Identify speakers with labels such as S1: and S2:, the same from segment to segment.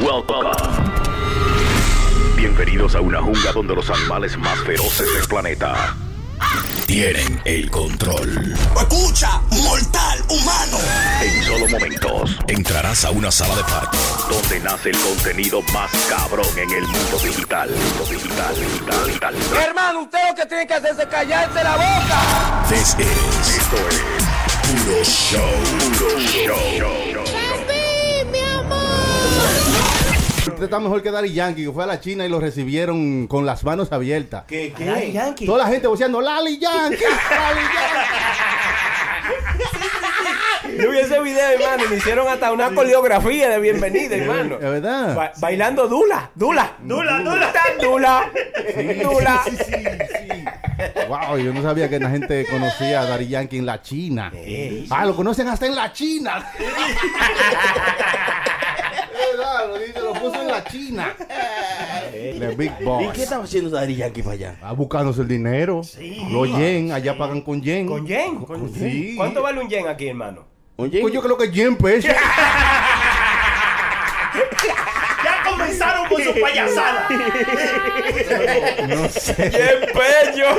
S1: Welcome. Bienvenidos a una jungla donde los animales más feroces del planeta tienen el control.
S2: Escucha, mortal, humano.
S1: En solo momentos entrarás a una sala de parto donde nace el contenido más cabrón en el mundo digital. Mundo digital, digital, digital.
S3: Hermano, usted lo que tiene que hacer es callarse la boca.
S1: This is, esto es Puro Show. Puro Show.
S4: Usted está mejor que Daddy Yankee, que fue a la China y lo recibieron con las manos abiertas.
S5: ¿Qué, qué?
S6: Daddy Yankee.
S4: Toda la gente voceando, Lali Yankee, Lali Yankee.
S5: Yo vi ese video, hermano, y me hicieron hasta una coreografía de bienvenida, hermano.
S4: Es verdad.
S5: Ba- bailando Dula, Dula. Dula, Dula. Dula. Dula.
S4: Sí, sí, sí. Wow, yo no sabía que la gente conocía a Daddy Yankee en la China. Ah, lo conocen hasta en la China. Es verdad, lo dice, lo puso en la China. The Big
S6: Eh. ¿Y qué
S4: Boss.
S6: estaba haciendo Daddy Yankee para allá?
S4: Ah, buscándose el dinero. Los yen, allá pagan con yen.
S5: Con yen. con yen.
S4: Sí.
S5: ¿Cuánto vale un yen aquí, hermano?
S6: Oye,
S4: Pues yo creo que yen pesos.
S7: Ya comenzaron con su payasada.
S4: No sé.
S5: ¡Yen pecho!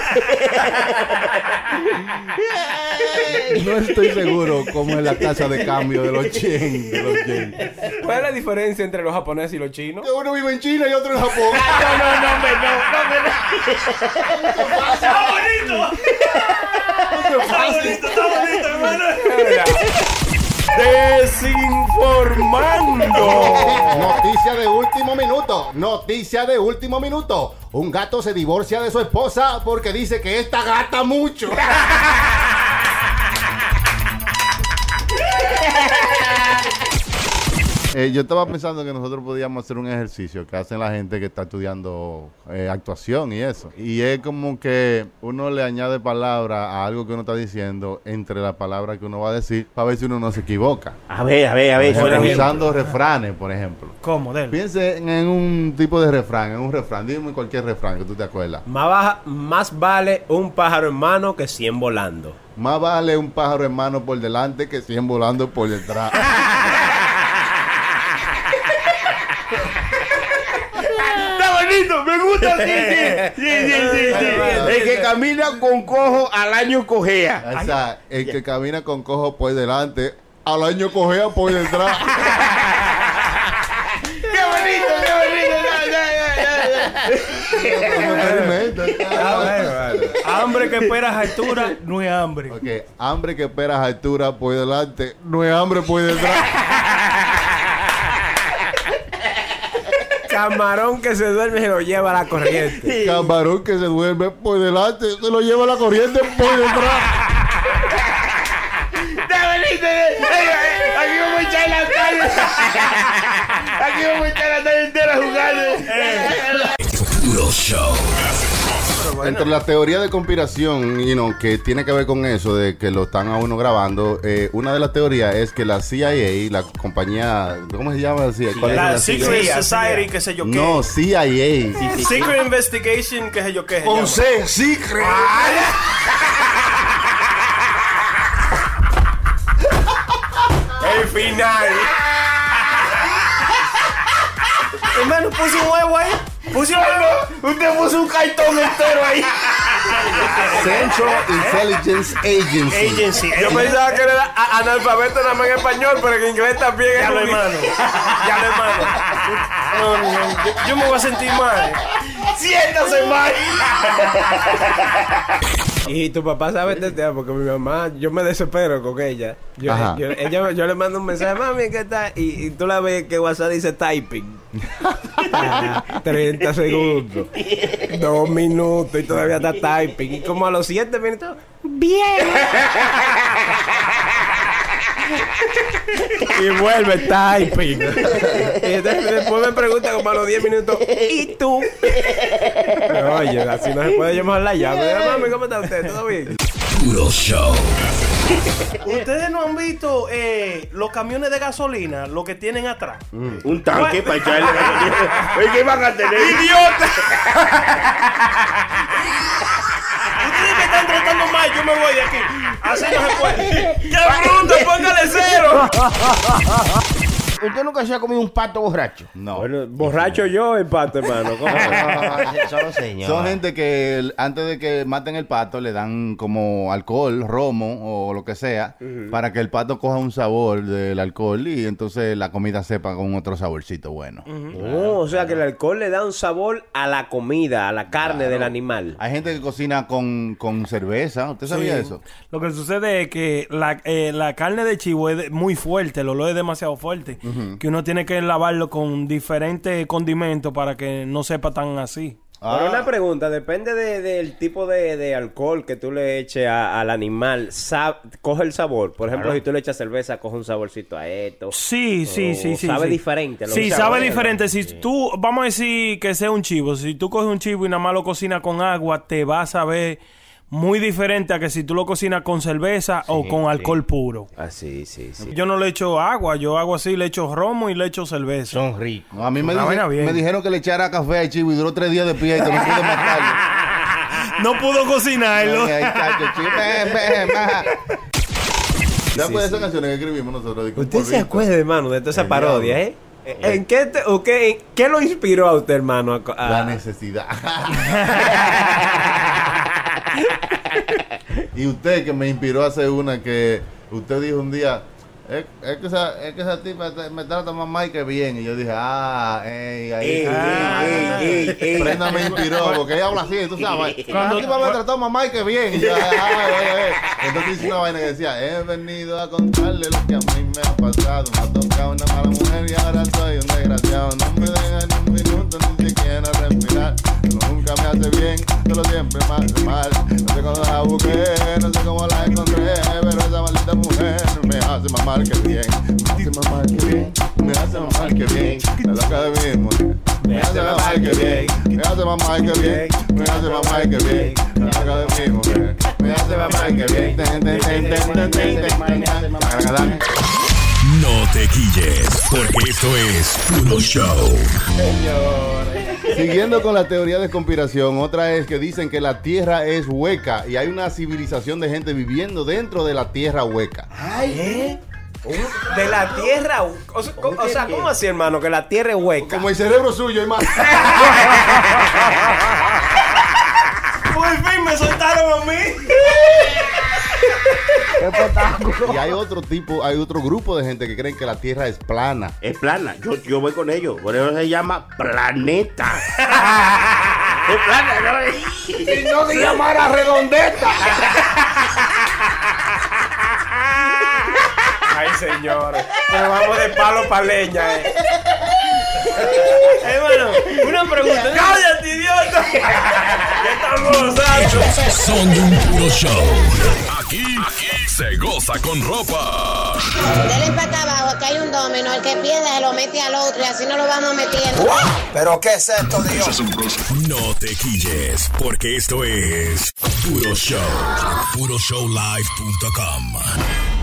S4: No estoy seguro cómo es la tasa de cambio de los yen. De los yen.
S5: ¿Cuál es la diferencia entre los japoneses y los chinos?
S4: Que uno vive en China y otro en Japón.
S7: No, no, no, hombre, no, no, hombre, no. Está bonito. Está bonito, está bonito, hermano.
S5: Mira. Desinformando.
S4: Noticia de último minuto. Noticia de último minuto. Un gato se divorcia de su esposa porque dice que esta gata mucho.
S8: Eh, yo estaba pensando que nosotros podíamos hacer un ejercicio que hacen la gente que está estudiando eh, actuación y eso. Y es como que uno le añade palabra a algo que uno está diciendo entre la palabra que uno va a decir para ver si uno no se equivoca.
S6: a ver, Eh, a ver, a ver.
S8: Por
S6: suena
S8: ejemplo,
S6: bien.
S8: usando refranes, por ejemplo.
S5: ¿Cómo, Del?
S8: Piensen en un tipo de refrán, en un refrán. Dime cualquier refrán que tú te acuerdas.
S5: Más, baja- más vale un pájaro en mano que 100 volando.
S8: Más vale un pájaro en mano por delante que 100 volando por detrás.
S7: Está bonito, me gusta, sí, sí. Sí, sí, sí, sí.
S6: El que camina con cojo al año cojea.
S8: O sea, el que camina con cojo por delante, al año cojea por detrás.
S7: Qué bonito, qué bonito. ya, ya, ya, ya. Ah,
S5: Hambre que esperas a altura.
S7: No es hambre.
S8: Ok, hambre que esperas altura por delante, no es hambre por detrás.
S5: Camarón que se duerme se lo lleva a la corriente.
S8: Camarón que se duerme por delante, se lo lleva la corriente por detrás.
S7: Está bonito. eh. Eh, Aquí vamos a echar la tarde. Aquí vamos a echar la tarde entera jugando. Eh.
S1: Puro Show.
S8: Entre la teoría de conspiración, you know, que tiene que ver con eso, de que lo están a uno grabando, eh, una de las teorías es que la CIA, la compañía, ¿cómo se llama? la CIA? ¿Cuál es
S7: La Secret
S5: CIA,
S7: Society, qué sé yo qué.
S8: No, CIA.
S7: Secret Investigation, qué sé yo qué. se llama.
S6: C, sí, creo.
S8: Ah,
S5: El final. Hermano, puse un huevo ahí. Puse un huevo. Usted puso un cartón entero ahí.
S8: Central Intelligence Eh. Agency.
S7: Agency.
S5: Yo pensaba que era a- analfabeto nada más en español, pero que en inglés también es
S7: Ya lo
S5: un-
S7: hermano.
S5: Ya lo hermano. No, no, no. Yo, yo me voy a sentir mal.
S7: Siéntase, man.
S5: Y tu papá sabe este tema porque mi mamá, yo me desespero con ella. Yo,
S8: Ajá.
S5: yo- ella- yo le mando un mensaje, mami, ¿qué tal? Y, y tú la ves que WhatsApp dice typing. Ah, 30 segundos, dos minutos y todavía está typing. Y como a los 7 minutos, ¡bien! y vuelve typing. y entonces después me pregunta como a los 10 minutos, ¿y tú? Pero, oye, así no se puede llamar la llave. Mami, ¿cómo está usted? ¿Todo bien?
S1: Puro Show.
S7: Ustedes no han visto eh, los camiones de gasolina, lo que tienen atrás.
S6: Un tanque para echarle gasolina. Oye, ¿qué van a tener?
S7: Ustedes me están tratando mal, yo me voy de aquí. Así no se puede. ¡Qué bruto! ¡Póngale cero!
S9: ¿Usted nunca se ha comido un pato borracho?
S8: No.
S5: Bueno, borracho yo el pato, hermano. ¿Cómo?
S7: Ah.
S9: Solo señor.
S8: Son gente que el- antes de que maten el pato le dan como alcohol, romo o lo que sea, para que el pato coja un sabor del alcohol y entonces la comida sepa con otro saborcito bueno.
S5: Oh, o sea que el alcohol le da un sabor a la comida, a la carne del animal.
S8: Hay gente que cocina con, con cerveza, ¿usted sabía
S10: Sí.
S8: eso?
S10: Lo que sucede es que la, eh, la carne de chivo es de- muy fuerte, el olor es demasiado fuerte, que uno tiene que lavarlo con diferentes condimentos para que no sepa tan así.
S5: Pero
S8: Ah.
S5: una pregunta, depende de- del tipo de, de alcohol que tú le eches a- al animal, sa- coge el sabor. Por ejemplo, si tú le echas cerveza, coge un saborcito a esto.
S10: Sí, sí,
S5: O
S10: sí, sí.
S5: sabe
S10: sí.
S5: diferente a lo
S10: Sí,
S5: que
S10: sabe
S5: sabe, ¿no?
S10: diferente. Si tú, vamos a decir que sea un chivo, si tú coges un chivo y nada más lo cocinas con agua, te va a saber muy diferente a que si tú lo cocinas con cerveza o con alcohol puro.
S5: Ah, sí, sí, sí.
S10: Yo no le echo agua, yo hago así, le echo romo y le echo cerveza.
S9: Son ricos.
S8: No, a mí me,
S10: Una
S8: dije-
S10: vaina bien.
S8: me dijeron que le echara café al chivo y duró tres días de pie y que no pude matarlo.
S10: No pudo cocinarlo.
S8: Ay, ay, chacho, chivo, me- me- me- Ya pues esas canciones que escribimos nosotros. de que un
S5: Usted se
S8: polvito.
S5: acuerda, hermano, de toda esa parodia, ¿eh? ¿En qué, te- o qué- en qué lo inspiró a usted, hermano? a co- a-
S8: La necesidad. y usted que me inspiró a hacer una que usted dijo un día, es, es que, esa, es que esa tipa te- me trata más mal que bien. Y yo dije, ah, ey, ahí.
S7: Ey,
S8: ah,
S7: ey, ey, ey.
S8: Prenda me inspiró, porque ella habla así, tú sabes.
S10: Cuando-
S8: Esa tipa me trató más mal que bien. Y yo, "Ah, ey, ey". Entonces hice una vaina que decía, he venido a contarle lo que a mí me ha pasado. Me ha tocado una mala mujer y ahora soy un desgraciado. No me dejan ni un minuto, ni siquiera respirar. Pero nunca me hace bien, solo siempre me hace mal. No sé cómo la busqué, no sé cómo la encontré, pero esa maldita mujer me hace más mal que bien. Me hace más mal que bien, me hace más mal que bien. La loca de mi mujer. Me hace más mal que bien, me hace más mal que bien, me hace más mal que bien, la loca de mi mujer. Me hace más mal que bien. Ten, ten, ten, ten, ten, ten, ten, ten. Tagadán.
S1: No te quilles, porque esto es Puro Show.
S8: Siguiendo con la teoría de conspiración, otra es que dicen que la tierra es hueca y hay una civilización de gente viviendo dentro de la tierra hueca.
S5: De la tierra. O, o- o sea, ¿cómo así, hermano? Que la tierra es hueca.
S8: Como el cerebro suyo, hermano.
S10: Por fin me soltaron a mí.
S8: Y hay otro tipo, hay otro grupo de gente que creen que la tierra es plana.
S6: Es plana. Yo, yo voy con ellos. Por eso se llama planeta. es plana. ¿no?
S3: Si no se llamara redondeta.
S5: Ay, señores. Pero vamos de palo para leña, eh. Hermano, una pregunta. ¡Cállate, idiota! ¿Qué estamos gozando?
S1: Son de un puro show. Aquí, aquí se goza con ropa.
S11: Dele para abajo, que hay un domino. El que pierde se lo mete al otro y así no lo vamos metiendo.
S2: ¿Pero qué es esto, Dios?
S1: No te quilles, porque esto es Puro Show. PuroShowLive.com.